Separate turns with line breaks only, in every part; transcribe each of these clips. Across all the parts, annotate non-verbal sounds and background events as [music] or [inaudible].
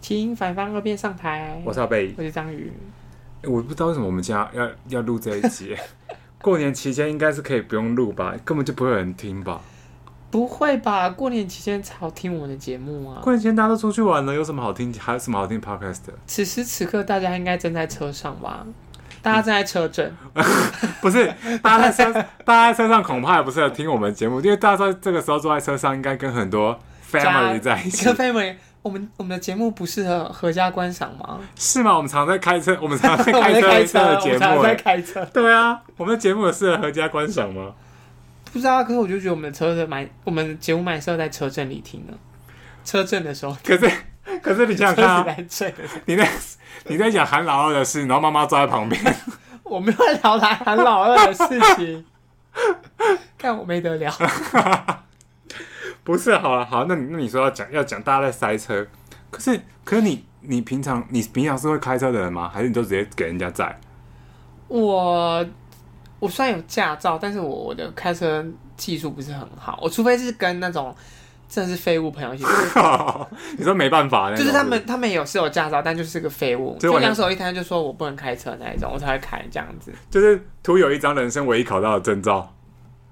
请反方二辩上台。
我是阿贝，
我是章鱼，
欸我不知道为什么我们今天要要要录这一集。 [laughs] 过年期间应该是可以不用录吧，根本就不会有人听吧。
不会吧？过年期间才好听我们的节目啊
过！年期间大家都出去玩了，有什么好听？还有什么好听 podcast 的？
此时此刻，大家应该正在车上吧？大家正在车震，
不是，大家在车，大家在车上恐怕也不适合听我们节目，因为大家在这个时候坐在车上，应该跟很多 family 在一起
跟，family，我们我们的节目不适合合家观赏吗？
是吗？我们常在开车，我们常在
我们在
开车
开车，
类似的
我
节
们常
目、
在
欸。
开车。
对啊，我们的节目有适合合家观赏吗？
不知道，可是我就觉得我们的车震蛮，我们节目蛮适合在车震里听的。车震的时候，
可是，可是你想
车
想
子 [laughs]
看、啊，
来震的时候，
你在你在讲韩老二的事，然后妈妈坐在旁边。
我没有聊来喊老二的事
[laughs]
情，但我没得聊。
不是，好了，好，那你那你说要讲要讲大家在塞车，可是可是你你平常你平常是会开车的人吗？还是你就直接给人家载？
我我虽然有驾照，但是我我的开车技术不是很好，我除非是跟那种真的是废物朋
[laughs]
友一起，
你说没办法那种，
就是他们他们有是有驾照，但就是个废物，
所
就
以我
两手一摊就说我不能开车那一种，我才会开这样
[laughs]
子。
就是徒有一张人生唯一考到的证照，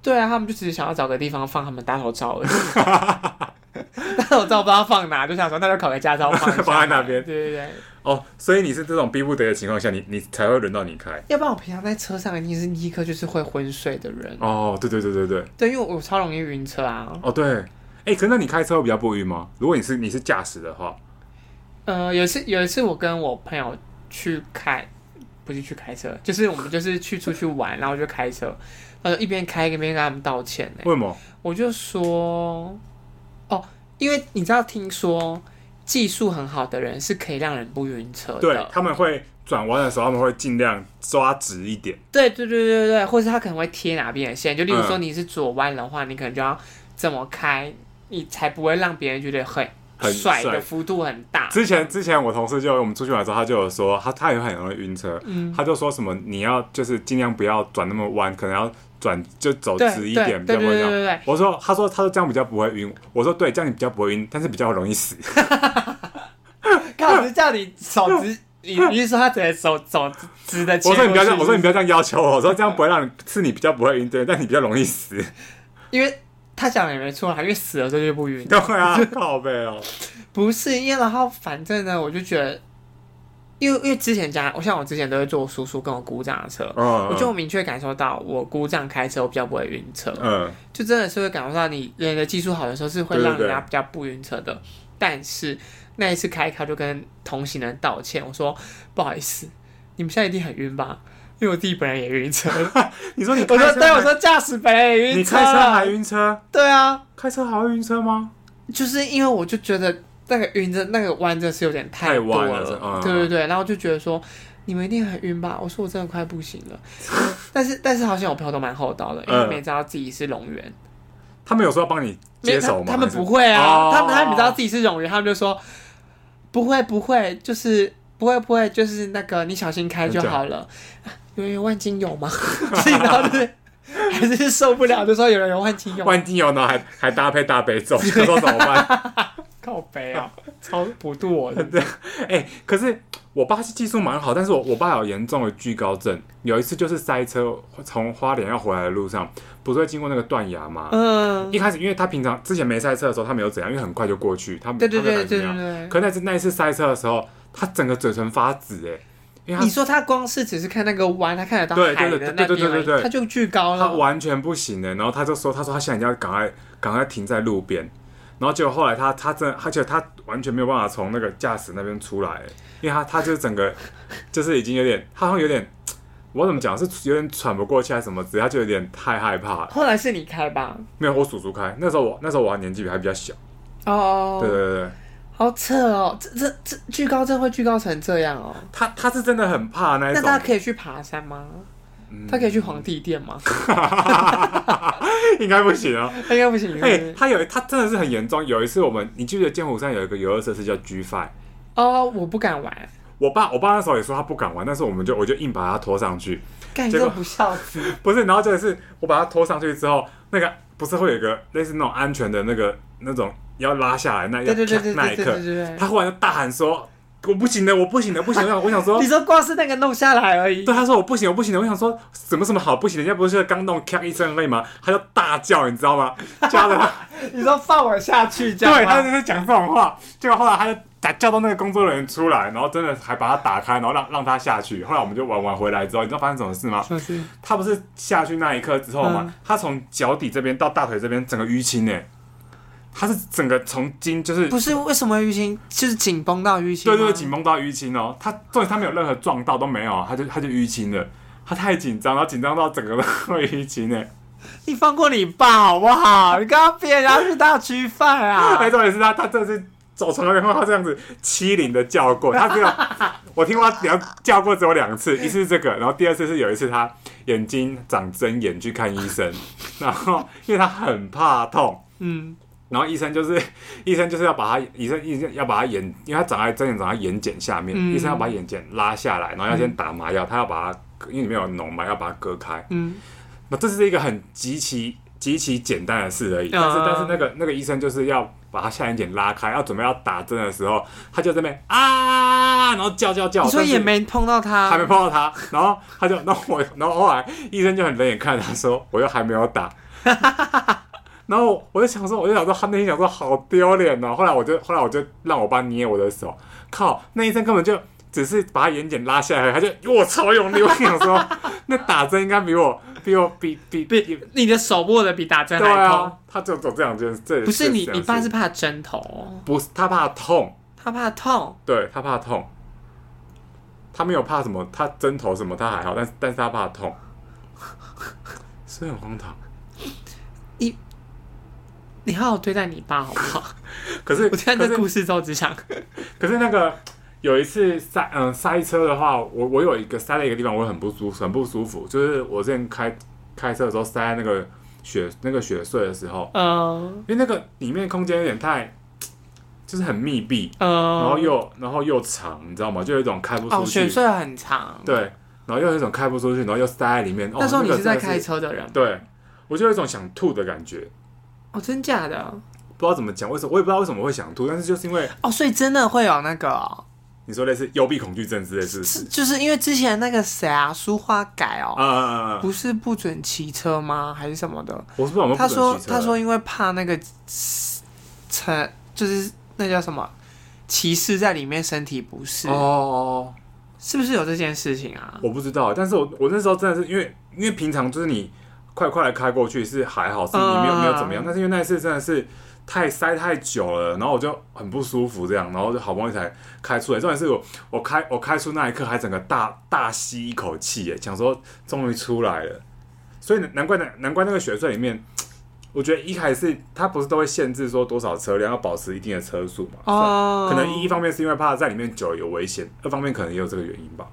对啊，他们就只是想要找个地方放他们大头照而已。大头照不知道放哪，就想说那就考个驾照放一下
[laughs] 放在那边
对对对，
哦，所以你是这种逼不得已的情况下，你你才会轮到你开。
要不然我平常在车上一定是立刻就是会昏睡的人。
哦，对对对对对，
对，因为我超容易晕车啊。
哦对，哎，可是那你开车会比较不晕吗？如果你是你是驾驶的话，
呃，有一次有一次我跟我朋友去开，不是去开车，就是我们就是去出去玩，然后就开车，然后一边开一边跟他们道歉呢。
为什么？
我就说，哦，因为你知道，听说技术很好的人是可以让人不晕车的。
对，他们会转弯的时候，他们会尽量抓直一点。
对对对对对，或是他可能会贴哪边的线，就例如说
嗯
你是左弯的话，你可能就要这么开，你才不会让别人觉得很
很
甩
帅
的幅度很大。
之前之前我同事就我们出去玩的时候，他就有说他他也很容易晕车，
嗯
他就说什么你要就是尽量不要转那么弯，可能要转就走
对
直
对
一
对
点，比
对
较不会
对
这样。
对对，
我说他说他说这样比较不会晕，我说对，这样你比较不会晕，但是比较容
[laughs]
易死。
看我是叫你手直，你你是说他只能手走直的？
我说你不要这样，我说你不要这样要求我，我说这样不会让你是你比较不会晕对，但你比较容
[laughs]
易死。
因为他讲的也没错啊，因为死了之后就不晕。
对啊，靠背哦，
不是，因为然后反正呢，我就觉得，因为因为之前家，我像我之前都会坐叔叔跟我姑丈的车，
嗯，
我就明确感受到我姑丈开车我比较不会晕车，
嗯
就真的是会感受到你人的技术好的时候是会让
对对对
人家比较不晕车的。但是那一次开一开就跟同行人道歉，我说不好意思，你们现在一定很晕吧，因为我自己本人也晕车。
你说
[laughs]
你
我
开
说
车
对，我
还
说驾驶本来也
你
晕车
开车
啊，
还晕车，
对啊，
开车还会晕车吗？
就是因为我就觉得那个晕真那个弯真的是有啊点
太
多
弯了是嗯
对对对，然后就觉得说你们一定很晕吧，我说我真的快不行 [laughs] 了，但是但是好像我朋友都蛮厚道的，因为
嗯
他们也知道自己是龙源，
他们有说要帮你
没
接
有他
手吗？
他们
还是
不会
哦
啊，他们他们知道自己是龙源，他们就说不会不会，就是不会不会，就是那个你小心开就好 [laughs] 了。有人有万金油吗？ [laughs] 自己然后就是还是受不了，就说有人有万金油吗。
万金油呢，还还搭配大
[laughs]
悲咒，这时候怎么办？ [laughs]
靠北啊，超不度我的。
哎、可是我爸是技术蛮好，但是我我爸有严重的惧高症。有一次就是塞车，从花莲要回来的路上，不是会经过那个断崖吗？
嗯，
一开始因为他平常之前没塞车的时候，他没有怎样，因为很快就过去，他
对对
他没有
对
感觉
对
怎样
对对。
可那次那一次塞车的时候，他整个嘴唇发紫哎、因为
你
他
说他光是只是看那个湾，他看得到
对对
海
对
的那
对对
边而
对对
已，
对
他就巨高
他
了。
完全不行哎、然后他就说他说他现在一定要赶快赶快停在路边。然后结果后来他他真的，而且他完全没有办法从那个驾驶那边出来欸，因为他他就是整个 [laughs] 就是已经有点，他好像有点，我怎么讲是有点喘不过气还是什么之类，他就有点太害怕了。
后来是你开吧？
没有我叔叔开，那时候我那时候我还年纪还比较小，
哦，
对对对对，
好扯哦，这这这巨高症会巨高成这样哦。
他他是真的很怕那一
那
种，
他可以去爬山吗？
嗯
他可以去皇帝殿吗？ [laughs]
[laughs] 应该不行啊。
他应该不行。是不
哎、
是
他有他真的是很严重。有一次我们，你记不记得剑湖山有一个游乐设施叫 G Five？
哦，我不敢玩，
我爸我爸那时候也说他不敢玩，但是我们就我就硬把他拖上去，
干你
结
这
果
不孝子。啊
不是，然后真的是我把他拖上去之后，那个不不是会有一个类似那种安全的那个那种要拉下来那
对
要
对对 [laughs] 对
那
对
一
对
刻
对，对
他忽然就大喊说：“我不行了，我不行了，不行了！”我想
[laughs]
说
你，说光是那个弄下来而已，
对他说我不行，我不行了。我想说，什么什么好不行？人家不是刚弄咔一声而已吗？他就大叫，你知
[laughs]
道吗？叫的他，
你说放我下去这
对
样
他
吗？
就是讲这种话。结果后来他就打叫到那个工作人员出来，然后真的还把他打开，然后让让他下去。后来我们就玩完回来之后，你知道发生什么事吗？
什么事？
他不是下去那一刻之后嘛，
嗯
他从脚底这边到大腿这边整个淤青呢，欸他是整个从筋就是
不啊是为什么淤青就是紧绷到淤青
对
吗？
对对，紧绷到淤青哦。他重点他没有任何撞到都没有，啊他就他就淤青了。他太紧张，然后紧张到整个都会淤青欸呢。
你放过你爸好不好？你刚刚逼人家去大吃饭
哎，
啊！
[laughs] 重点是他他真的是走从来没看过他这样子欺凌的叫过，他只有我听过他两叫过只有两次，一次是这个，然后第二次是有一次他眼睛长针眼去看医生，然后因为他很怕痛，
嗯，
然后医生就是医生就是要把他医生医生要把他眼，因为他长在真的长在眼睑下面，
嗯
医生要把眼睑拉下来，然后要先打麻药，他要把它割因为里面有脓嘛，要把它割开。
嗯，
那这是一个很极其极其简单的事而已，
嗯
但是但是那个那个医生就是要把他下眼睑拉开，要准备要打针的时候，他就在那边啊，然后叫叫叫，
你说
但是
也没碰到他，
还没碰到他，然后他就， [laughs] 然后我，然后后来医生就很冷眼看着他说，我又还没有打， [laughs] 然后我就想说，我就想说，他内心想说好丢脸哦。后来我就，后来我就让我爸捏我的手，靠，那医生根本就只是把他眼睑拉下来，他就我超用力，我想说， [laughs] 那打针应该比我比我比比
比你的手握的比打针
对
还痛。
啊，他就走这两件，这
不是你，
这两件
你
事
爸是怕针头，
不是他怕痛，
他怕痛。
对他怕痛。他没有怕什么，他针头什么他还好，但是但是他怕痛， [laughs] 是很荒唐。
你好好对待你爸好不
[laughs]
好？
可是
我听
可
完
是
这故事之后只想，
可是那个有一次塞嗯、塞车的话，我我有一个塞了一个地方，我很不舒服，很不舒服。就是我之前开开车的时候塞在那个雪那个雪隧的时候，
嗯
因为那个里面空间有点太，就是很密闭，
嗯，
然后又然后又长，你知道吗？就有一种开不
哦，
出去。
选睡很长。，
对，然后又有一种开不出去，然后又塞在里面。哦
那时候
那
你
个
是在
真的
开车的人吗，
对，我就有一种想吐的感觉，
哦，真假的？
不知道怎么讲，为什么我也不知道为什么会想吐，但是就是因为
哦，所以真的会有那个哦，
你说类似幽闭恐惧症之类，是不
是
是？
就是因为之前那个谁啊，苏花改哦，
啊啊啊啊！啊
不是不准骑车吗？还是什么的？
我是不知道我们
他说他说因为怕那个呃成就是那叫什么骑士在里面身体不适，
哦哦，哦
是不是有这件事情啊？
我不知道，但是我我那时候真的是因为因为平常就是你快快的开过去是还好，是你没有
嗯
没有怎么样，但是因为那一次真的是。太塞太久了，然后我就很不舒服，这样，然后就好不容易才开出来。重点是我我开我开出那一刻还整个大大吸一口气，耶，想说终于出来了。所以难怪难难怪那个雪隧里面，我觉得一开始它不是都会限制说多少车辆要保持一定的车速嘛？
哦，
可能一方面是因为怕在里面久有危险，二方面可能也有这个原因吧。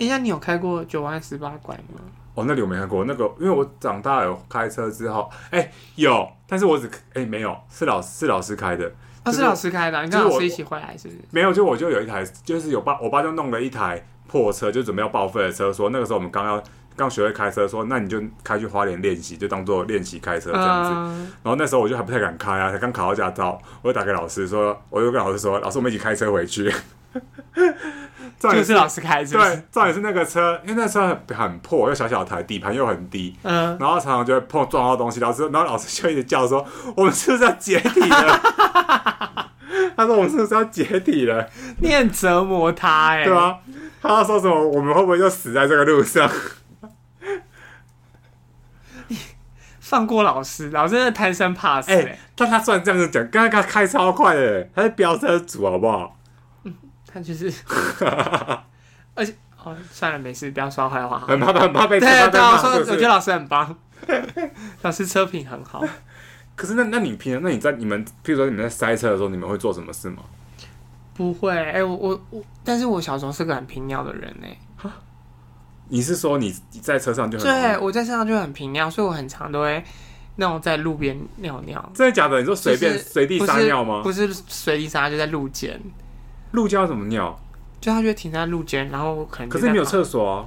哎、那你有开过九弯十八拐吗？
哦，那里我没看过，那个因为我长大有开车之后，哎、有，但是我只哎、没有，是老是老师开的，
啊，
就是
是老师开的啊，你跟
就是
老
我
师一起回来是不是？
没有就我就有一台，就是有爸我爸就弄了一台破车，就准备要报废的车，说那个时候我们刚要刚学会开车，说那你就开去花莲练习，就当做练习开车这样子。
嗯，
然后那时候我就还不太敢开啊，才刚考到驾照，我就打给老师说，我就跟老师说，老师我们一起开车回去。 [laughs] 重点
就是是老师开是不是？
对，重点是那个车，因为那车很很破，又小小台，底盘又很低，
嗯，
然后常常就会碰撞到东西。老师，然后老师就一直叫说：“我们是不是要解体
[laughs]
了？”他说：“我们是不是要解体了
你很折磨他哎、？”
对啊，他说什么？我们会不会就死在这个路上？
放过老师，老师真的贪生怕死、
哎、
欸。
但他虽然这样子讲，刚刚他开超快的，他是飙车主，好不好？
他就是， [laughs] 而且哦，算了，没事，不要说坏话。
很怕很怕被
嗯 [laughs] 对
车他被
对，我
骂
说，
是
我
不是
觉得老师很棒， [laughs] 老师车品很好。
可是那那你平常那你在你们，譬如说你们在塞车的时候，你们会做什么事吗？
不会，哎、我我我，但是我小时候是个很平尿的人哎、
你是说你你在车上就很
对，我在身上就很平尿，所以我很常都会那种在路边尿尿，
真的假的？你说随便
就是
随地撒尿吗？
不是随地撒，就在路肩，
路交怎么尿？
就他就会停在路肩，然后我可能
可
就是在
没有
旁
厕所啊！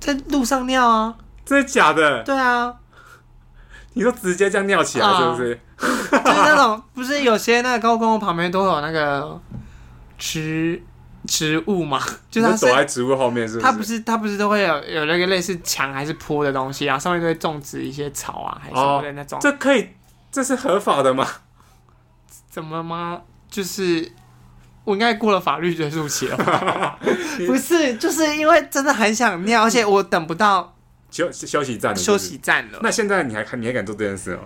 在路上尿啊，
真的假的？
对啊，
你说直接这样尿起来是不
啊
是？
就是那种不是有些那个高公路旁边都有那个植植物嘛，就是它
你
是
躲在植物后面是不是？
它不是它不是都会有有那个类似墙还是坡的东西啊，上面都会种植一些草啊，还是什么的那种。
哦这可以，这是合法的吗？ [laughs]
怎么了吗？就是我应该过了法律追溯期了
[laughs]
吧，不是？就是因为真的很想尿，而且我等不到
休休息站，
休息。站了。
那现在你还你还敢做这件事哦？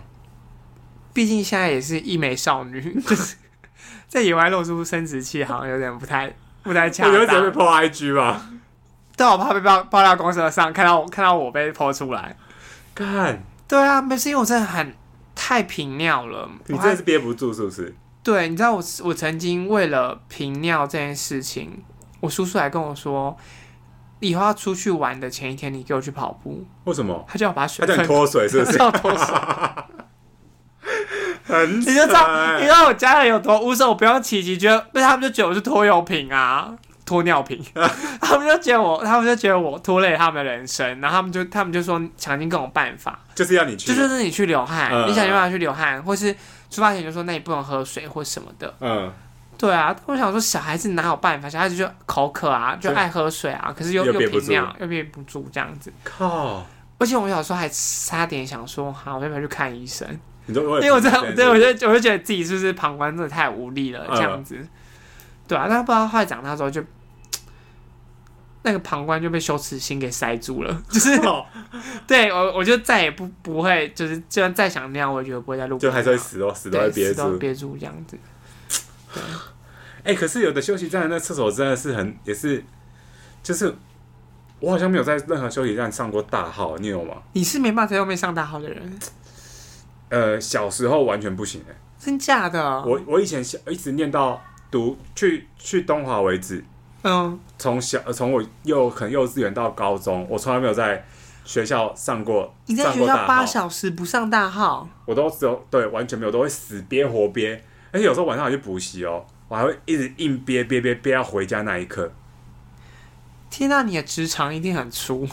毕竟现在也是一美少女，就是 [laughs] 在野外露出生殖器，好像有点不太不太恰
我有准备
当。
破
[laughs]
IG 吧？
但我怕被爆爆料公社上看到我看到我被剖出来。
干，
对啊，没事，因为我真的很太平尿了。
你
我还
真的是憋不住是不是？
对，你知道我我曾经为了频尿这件事情，我叔叔还跟我说，以后要出去玩的前一天，你给我去跑步，
为什么？
他就要把水
他叫
分，
你脱水是不
他 [laughs]
是？
叫我脱水，
[laughs] 很欸
你就知道，你
惨
知道我家人有多无手，我不用奇迹，觉得被他们就觉得我是拖油瓶啊。拖尿
[laughs]
瓶，他们就觉得我，他们就觉得我拖累他们的人生，然后他们就，他们就说强行各种办法，
就是要你去
就。是你去流汗，
嗯
你想尽办法去流汗，或是出发前就说那你不能喝水或什么的，
嗯，
对啊，我想说小孩子哪有办法？小孩子就口渴啊，就
对
爱喝水啊，可是又
又
又
憋不
频
住
尿，又憋不住这样子。
靠！
而且我小时候还差点想说，好，我要不要去看医生？
你说我
因
也
为我真的，对我
就
就我就觉得自己是不是膀胱真的太无力了
嗯
这样子。对啊，但不知道后来长大之后就，那个膀胱就被羞耻心给塞住了， [laughs] 就是
哦
对我我就再也不不会，就是就算再想尿，我也觉得不会再录。
就还是会死哦，死都
对
会憋
死都
住。
憋住这样子。
哎、可是有的休息站的那厕所真的是很也是，就是我好像没有在任何休息站上过大号，你有吗？
你是没办法在外面上大号的人，
呃，小时候完全不行哎、
真假的？
我我以前小一直念到读去去东华为止，
嗯。
从小呃从我幼可能幼稚园到高中，我从来没有在学校上过
你在
上
学
过
校
大
八
号，
小时不上大号，
我都只有对完全没有，都会死憋活憋，而且有时候晚上还去补习哦，我还会一直硬憋憋憋憋到回家那一刻。
天呐，你的直肠一定很粗。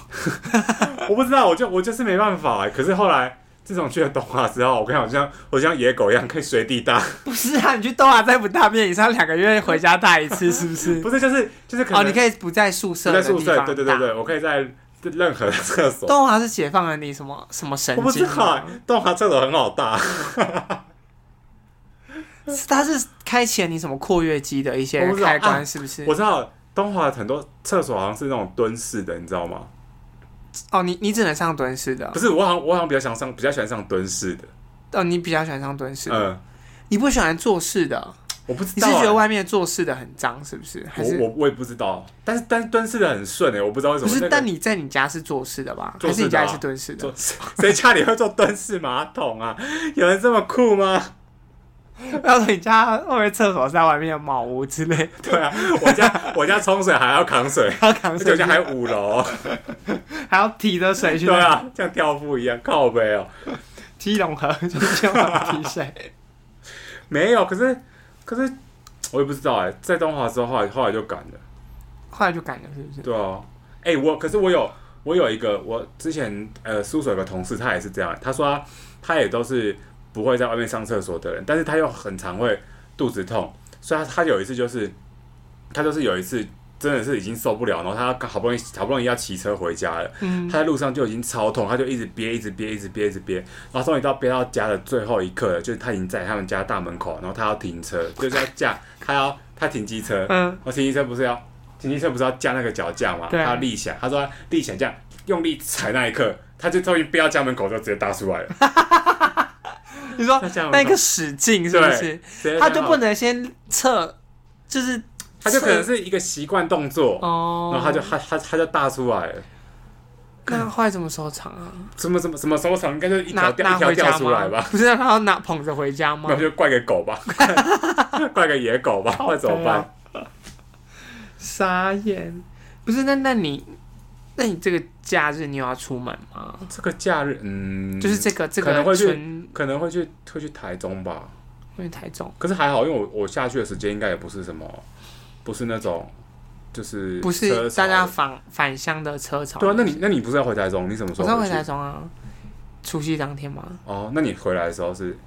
[laughs]
我不知道，我就我就是没办法、欸。可是后来自从去了东华之后，我跟你讲，我像我像野狗一样可以随地大， [laughs]
不是啊，你去东华再不大便，你上两个月回家大一
[laughs]
次，是不是？
不是就是就是可能
哦，你可以不在宿舍
不
的
在
地
宿
方
舍，
大。
对对对对，我可以在任何的厕所。
东华是解放了你什么什么神
我不知
经吗？
道、欸，东华厕所很好大，
是它是开启了你什么括约肌的一些
我不知道
开关，
啊
是不是？
我知道东华很多厕所好像是那种蹲式的，你知道吗？
啊哦，你你只能上蹲式的
不，是，我好像我好像比较想上，比较喜欢上蹲式的。
哦，你比较喜欢上蹲式的，
嗯，
你不喜欢坐式的，
我不知
你
道、
是
欸，
觉得外面坐式的很脏，是不是？还是
我我我也不知道，但是但是蹲式的很顺哎、我不知道为什
不
么。
是？
那个
但你在你家是坐式的吧？
坐
还是你
式的
家
啊
也是蹲式的？
做谁家里会做蹲式马桶啊？ [laughs] 有人这么酷吗？ [laughs]
然后你家后面厕所是在外面的茅屋之类，
对啊，我家我家冲水还要扛水，
还要扛
而且
水
我
去，
家还有五
[laughs]
楼，
还要提着水去
对啊，像跳步一样靠背哦。
提笼河去用提水。
没有，可是可是我也不知道哎、在东华之后，后来后来就赶了。
后来就赶了，是不是？
对啊，哎、我可是我有我有一个我之前呃叔叔有个同事，他也是这样，他说他他也都是不会在外面上厕所的人，但是他又很常会肚子痛，所以他他有一次就是他就是有一次真的是已经受不了，然后他好不容易好不容易要骑车回家了，
嗯
他在路上就已经超痛，他就一直憋，一直憋，一直憋，一直憋，然后终于到憋到家的最后一刻了，就是他已经在他们家大门口，然后他要停车，就是要架，他要他停机
[laughs]
车，
嗯，
我停机车不是要停机车不是要架那个脚架嘛？
对
他
啊
要立起来，他说他立起来这样用力踩那一刻，他就终于憋到家门口就直接搭
[laughs]
出来了，
你说
那这样
那个使劲是不是？
直接
他就不
能，
能先测，就是
他就可能是一个习惯动作，
哦，
然后他就他他他就搭出来了，
那后来怎么收场啊？
什么什么什么收藏，应该就是一
拿
条
拿
掉一条
回
掉
家
出来
吗哦
吧？，
不是让他拿捧着回家吗
那？就怪个
[laughs]
狗吧，怪个野狗吧，或者怎么办？
傻眼，不是？那那你那你这个假日你有要出门吗？
这个假日，嗯，
就是这个这
可能
个
会去
春
可能会去会去台中吧，
会去台中。
可是还好，因为我我下去的时间应该也不是什么，不是那种就是
不
车
是
潮
大家返返乡的车潮。
啊对啊，那你那你不是要回台中？你什么时
我
候
在
回
回
去
台中啊，除夕当天吗？
哦，那你回来的时候是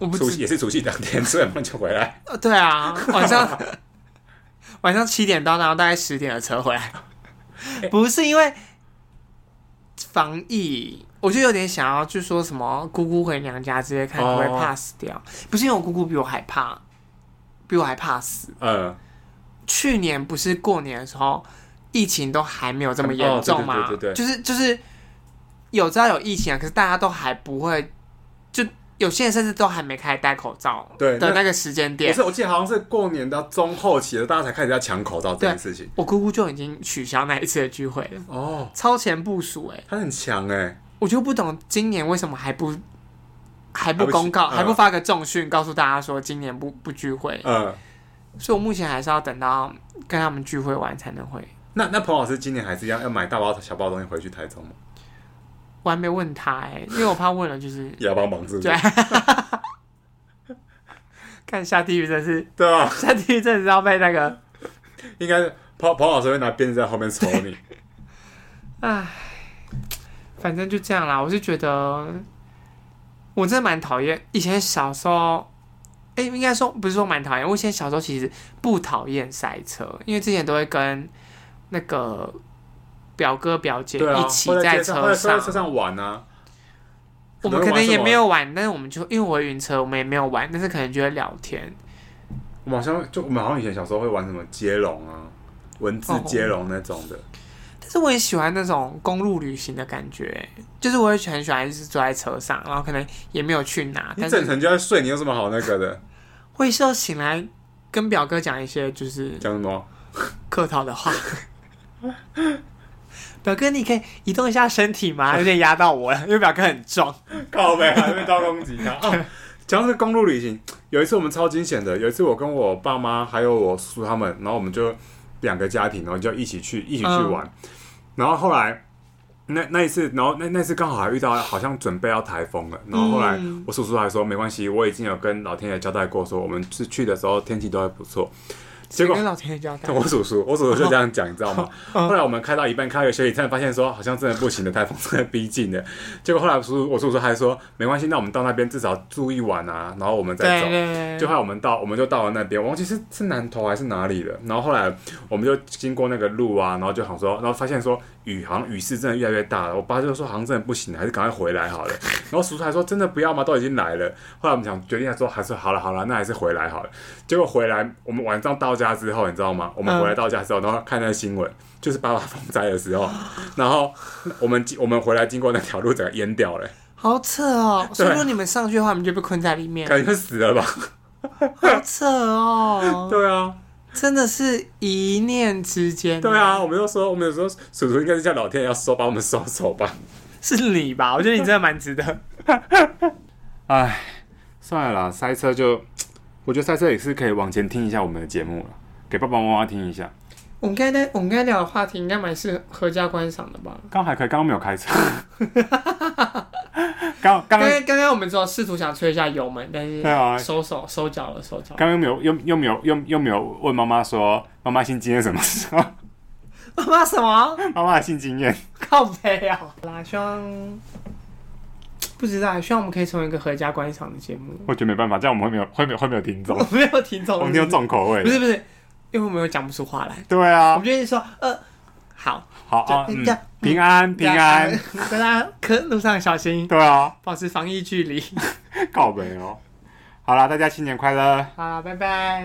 我不
除
知
夕，也是除夕当天， [laughs] 吃完饭就回来。
呃对啊， [laughs] 晚上晚上七点到，然后大概十点的车
[laughs]
回来。不是因为防疫，我就有点想要去说什么姑姑回娘家之类，看会不
哦
会怕死掉。不是因为我姑姑比我还怕，比我还怕死。
嗯，
去年不是过年的时候，疫情都还没有这么严重嘛、
哦对对对对对
就是就是有知道有疫情啊，可是大家都还不会，就有些人甚至都还没开始戴口罩
对
的
那
那个时间
不
点
是，，我记得好像是过年到中后期了，大家才开始要抢口罩这件事情。
我姑姑就已经取消那一次的聚会了，
哦，
超前部署哎、
他很强哎，
我就不懂今年为什么还不还不公告，
还不
还
嗯
不发个重讯告诉大家说今年不不聚会，
嗯，
所以我目前还是要等到跟他们聚会完才能回。
那那彭老师今年还是一样要买大包小包东西回去台中吗？
我还没问他哎、因为我怕问了就是
也要帮忙是不是
对？啊看下地狱真是，
对
[laughs]
啊，
下地狱真的是要被那个，
应该是彭彭老师会拿鞭子在后面抽你。
唉，反正就这样啦。我是觉得，我真的蛮讨厌以前小时候，哎、应该说不是说蛮讨厌，我以前小时候其实不讨厌塞车，因为之前都会跟那个表哥表姐
对啊，
一起
或者
在
街上或
车
者说
上。
在车上玩啊。
我们可能也没有玩，但是我们就因为我会晕车，我们也没有玩，但是可能就会聊天。
我们好像就我们好像以前小时候会玩什么接龙啊，文字
哦
接龙那种的。
但是我也喜欢那种公路旅行的感觉，就是我也很喜欢一直坐在车上，然后可能也没有去哪，
你
但
整
是
程就在睡，你有什么好那个的？
会是要醒来跟表哥讲一些就是
讲什么？
客套的话。表哥，你可以移动一下身体吗？有点压到我了，因为表哥很重。
靠背还被刀攻击他。哦 [laughs] 讲到这个公路旅行，有一次我们超惊险的，有一次我跟我爸妈还有我叔叔他们，然后我们就两个家庭，然后就一起去一起去玩。然后后来那那一次，然后那那次刚好还遇到好像准备要台风了，然后后来
嗯
我叔叔还说没关系，我已经有跟老天爷交代过，说我们是去的时候天气都还不错。结
谁
果，
跟老天爷交代
[laughs] 我
[laughs]
叔叔，我叔叔就这样讲，你知道吗？
嗯
后来我们开到一半，开到一个休息站，发现说好像真的不行了，台风真的逼近了。结果后来我叔叔我叔叔还说没关系，那我们到那边至少住一晚啊，然后我们
对
再走
对。对对，
就后来我们到，我们就到了那边，我忘记是是南头还是哪里了。然后后来我们就经过那个路啊，然后就想说，然后发现说雨好像雨势真的越来越大了。我爸就说好像真的不行了，还是赶快回来好了。然后叔叔还说真的不要吗？都已经来了。后来我们想决定说还是好了好了，那还是回来好了。结果回来，我们晚上到家之后，你知道吗？我们回来到家之后，然后看那个新闻，就是八八风灾的时候，然后我们经我们回来经过那条路，整个淹掉了，
好扯哦！所
对
以如果你们上去的话，你们就被困在里面，
感觉死了吧？
好扯哦！
对啊。
真的是一念之间。
对啊，，我们就说，我们有时候叔叔应该是叫老天爷要收，把我们收走吧。
是你吧？我觉得你真的蛮值得。
哎，算了啦，塞车就，我觉得塞车也是可以往前听一下我们的节目了，给爸爸妈妈听一下。
[laughs] 我们刚才我们刚才聊的话题应该蛮适合家观赏的吧？
刚还可以，刚刚没有开车。 [laughs] 刚刚
刚
刚
刚刚刚我们只有试图想吹一下油门，但
对啊
是收手收脚了，收脚。
刚又没有又又没有又又没有问妈妈说妈妈新经验什么时候？ [laughs]
妈妈什么？
妈妈的新经验。
靠背啊！好啦，希望不知道，希望我们可以成为一个合家观赏的节
[laughs]
目。
我觉得没办法，这样我们会没有会没有会没有
[laughs]
听众
我，没有听懂，
我们听众重口味
不。是不是，因为我们有讲不出话来，
对
我
啊
们，就一直说呃好，
好啊，
就
嗯
这样
平安平安，，
大家可路上小心，
对啊，
保持防疫距
[laughs]
离。
告别哦。好啦，大家新年快乐！
好啦，拜拜。